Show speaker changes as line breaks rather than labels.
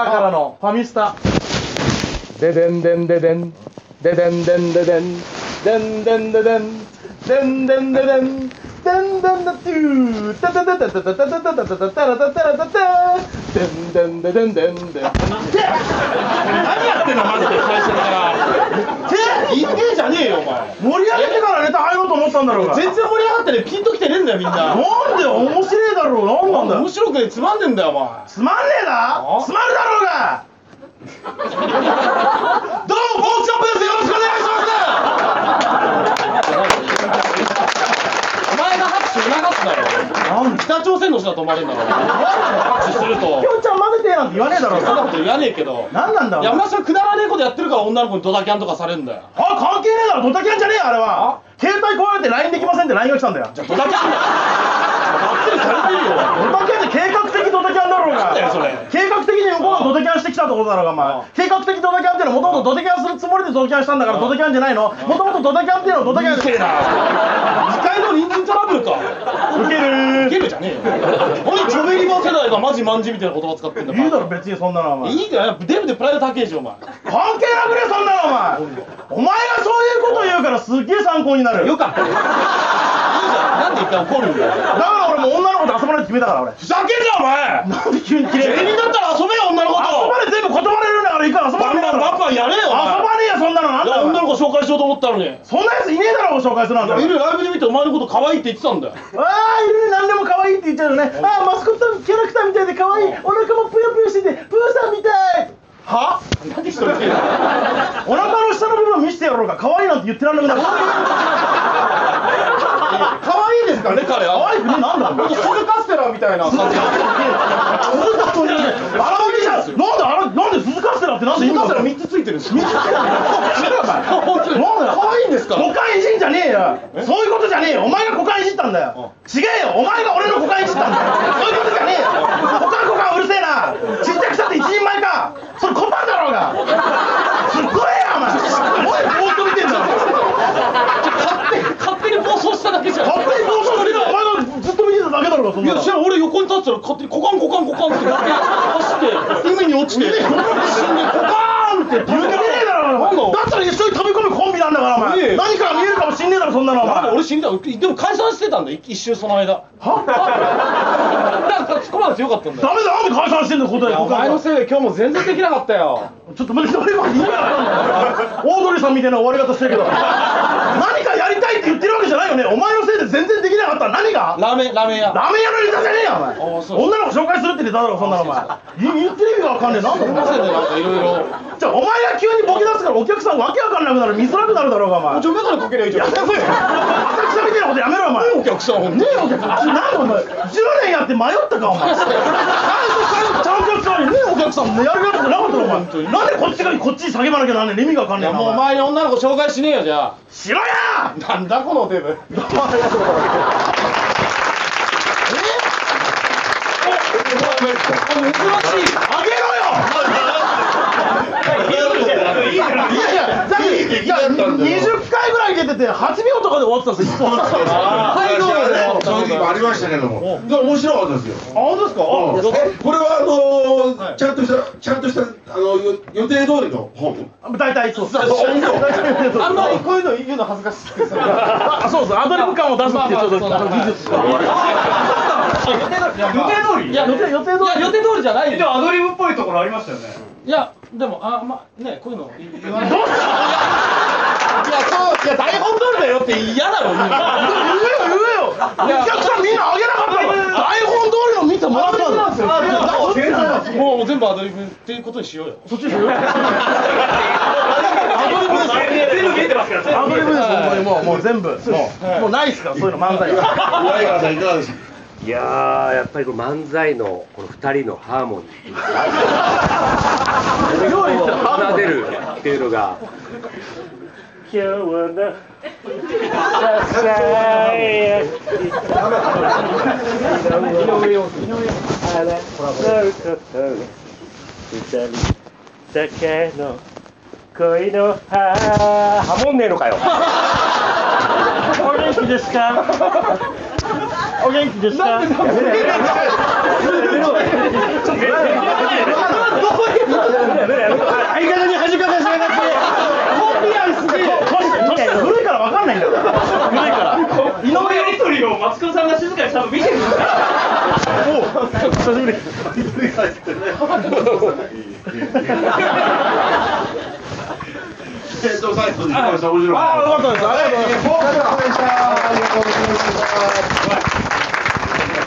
ァミスタ。
ででんでんででん。ででんでんででん。でんでんででん。でんでんででん。でんでんでトゥー。タタタタタタタタタタタタラタタラタタ。でんでんででんでんでん。
何やってんのマジで最初から。
いってえじゃねえよ、お前。
盛り上げてからネタ入ろうと思ったんだろうが。
全然盛り上がってね、ピンときてねえんだよ、みんな。
なんで面白いだろう。なんなんだ
面
よ。
白くねえ、つまんねえんだよ、お前。
つまんねえだ
あ
つまるだろうがどうも、ボークショップです。よろしくお願いし
お前が拍手促すだろ。
ますなんだ
北朝鮮の人だと思われるんだろ。拍手すると
き。ょんちゃん混ぜてなんて言わねえだろう
そんな
が。
こと言わねえけど。
なんなんだ
い
お
や、
前
お前それくだらねえことやってるから女の子にドタキャンとかされるんだよ。
あ、関係ねえだろ、ドタキャンじゃねえよ、あれは。携帯壊れて LINE できませんって LINE が来たんだよ。ド
ドタキャンだよ。ばっちりされてる よ。
タキャンって計画的ドタキャンだろうが。
なんだよそれ
計画的に向こうがドタキャンしてきたってことだろうが、お
ああ
前。計画的ドタキャンっていうのはもともとドタキャンするつもりでドタキャンしたんだからドタキャンじゃないの。もともとドタキャンっていうのはドタキャン
うるせえな。二階の隣人トラブルか。
ウケるー
ウケるじゃねえよ。何チョベリバ世代がマジマンジみたいな言葉使ってんだから。
いいだろ、別にそんなの、お前。
いいだよ。デブでプライド高えじゃん、お前。
関係なくねそんなのお前お前がそういうこと言うからすっげえ参考になる
よかった。いいじゃん。なんで一回怒るんだよ。
だから俺もう女の子と遊ばないって決めたから俺
ふざけんな、お前
なんで急に切れる
芸人だったら遊べよ、女の子
遊ば
と。
れ全部断れるんだからいいから遊ば
バン
ねえ
バ
だ
ン
ろ
バンバンやれよ。お前
遊ばねえよそんなのなん
い
だ
や
よお前
女の子紹介しようと思ったのに。
そんなやついねえだろ紹介するなんてああい
い
る
るライブで見てお前のこと可愛いって言ってたんだよ。
何でも可愛いって言っちゃうよねああマスコットキャラクターみたいで可愛いお腹もぷよぷよしててプーさんみたいは
なんで一人で。い
お腹の下の部分見せてやろうか可愛いなんて言ってらんなくなる可愛いですか
ね彼は
可愛くねえなんだろう
ソルカステラみたいな感じ。
鈴鹿ステラね、バラバラじゃん。なんであらなんで鈴鹿ステラってなんで
ソ
言
ルカス
うん
テラ
だろう。
三つついてるんですよ。三つついてる。本当に。
なんだよ
可愛いんですから。
股間いじんじゃねえよ。そういうことじゃねえよ。お前が股間いじったんだよ。違えよ。お前が俺の股間いじったんだよ。そういうことじゃねえよ。股間股間うるせえな。ちっちゃくしたって一人前か。それコパンだろうが。すっごいやお前。お前ぼーっと見てんだろ。
勝手に勝手に暴走しただけじゃん。
勝手にぼーっと見てるお前がずっと見てただけだろうがそん
い
な
や
の。
知らん俺横に立ってたら勝手にコカンコカンコカンって走っ て海に落ちて死んでコカーンって
言ってねえだろ
なんだ
お前だったら一緒に飛び込むコンビなんだからお
いいよ
前何かが見えるかもしんねえだろそんなのお
なん
前
で 俺死んだでも解散してたんだい一周その間はだから突っ込まなくてよかったんだよ
ダメだ、なんで解散してんだよ、答え。お前のせいで今日も全然できなかったよ。ちょっと待って、俺は意味わかんない。オードリーさんみたいな終わり方してるけど。 何かやりたいって言ってるわけじゃないよね。お前のせいで全然できなかったら何が
ラーメンラーメン屋
ラーメン屋のネタじゃねえよ、
あそう
お前。女の子紹介するってネタだろ、そんなのお前。い言ってる意味がわかんねえ。なんだ
すいませんねなんかいろいろ
じゃあお前が急にボケ出すからお客さんわけわかんなくなる、見づらくなるだろうが、お前。
ちょメガネかけりゃいいじゃん
やめろよ浅草みたいなことやめろよ、お前。
お客さんほんねえお客さん
なんでお前10年やって迷ったかお前ちゃんとちゃんとさねえお客さんもやるやつじゃなかったのお前なんでこっちがこっちに叫ばなきゃなんねえ意味がわかん
い
ねえ
や
な
もうお
お前
前に女の子紹介しねえよじゃあ
しろや
なんだこのデブ珍しい
あげろよいやいやだっていや20回ぐらい出てて8秒とかで終わってたんですよ
はいどう
ね、
ぞ
そういう時もありましたけども、でも面白かったですよ。
あ本当ですか
えこれはあのーちゃんとした、ちゃんとした、あの、よ予定通りの本。
大体そうですあんまりこういうの言うの恥ずかしくてさあそうですアドリブ感を出すっていうちょっとあの技術が予定通りいや予定予定通
いや
り
予定通りじゃないよ
アドリブっぽいところありましたよね。
いやでもあまあねこういうの言言わない
どうした
いや、そう、いや、台本通りだよって嫌だろ、みん
言えよ言え
な。
よお客さんみんなあげなかったの台本通りの見てもらったんだよ
もう、もう全部アドリブっていうことにしようよ。
そっち ですよ
全部見えてますから。
アドリブです本当にもうもう 全部もうもうないっすからそういうの漫才は
前川さんいかがですか。
いやーやっぱりこの漫才のこの2人のハーモ ニー
用意してる
奏でるっていうのが
だけの恋の葉ハモんねえのかよお元気ですかお元気ですか
どういう
無理無理無理
相方に恥かかしやがってコピアンスで年年古いから分かんないんだよ古いから井
この
上
やりとりを松倉さんが静かに多分見てるんですから
えっと、最後に、面白
あ、よ
い。
かったです。ありがとうございます。
ありがとうございました。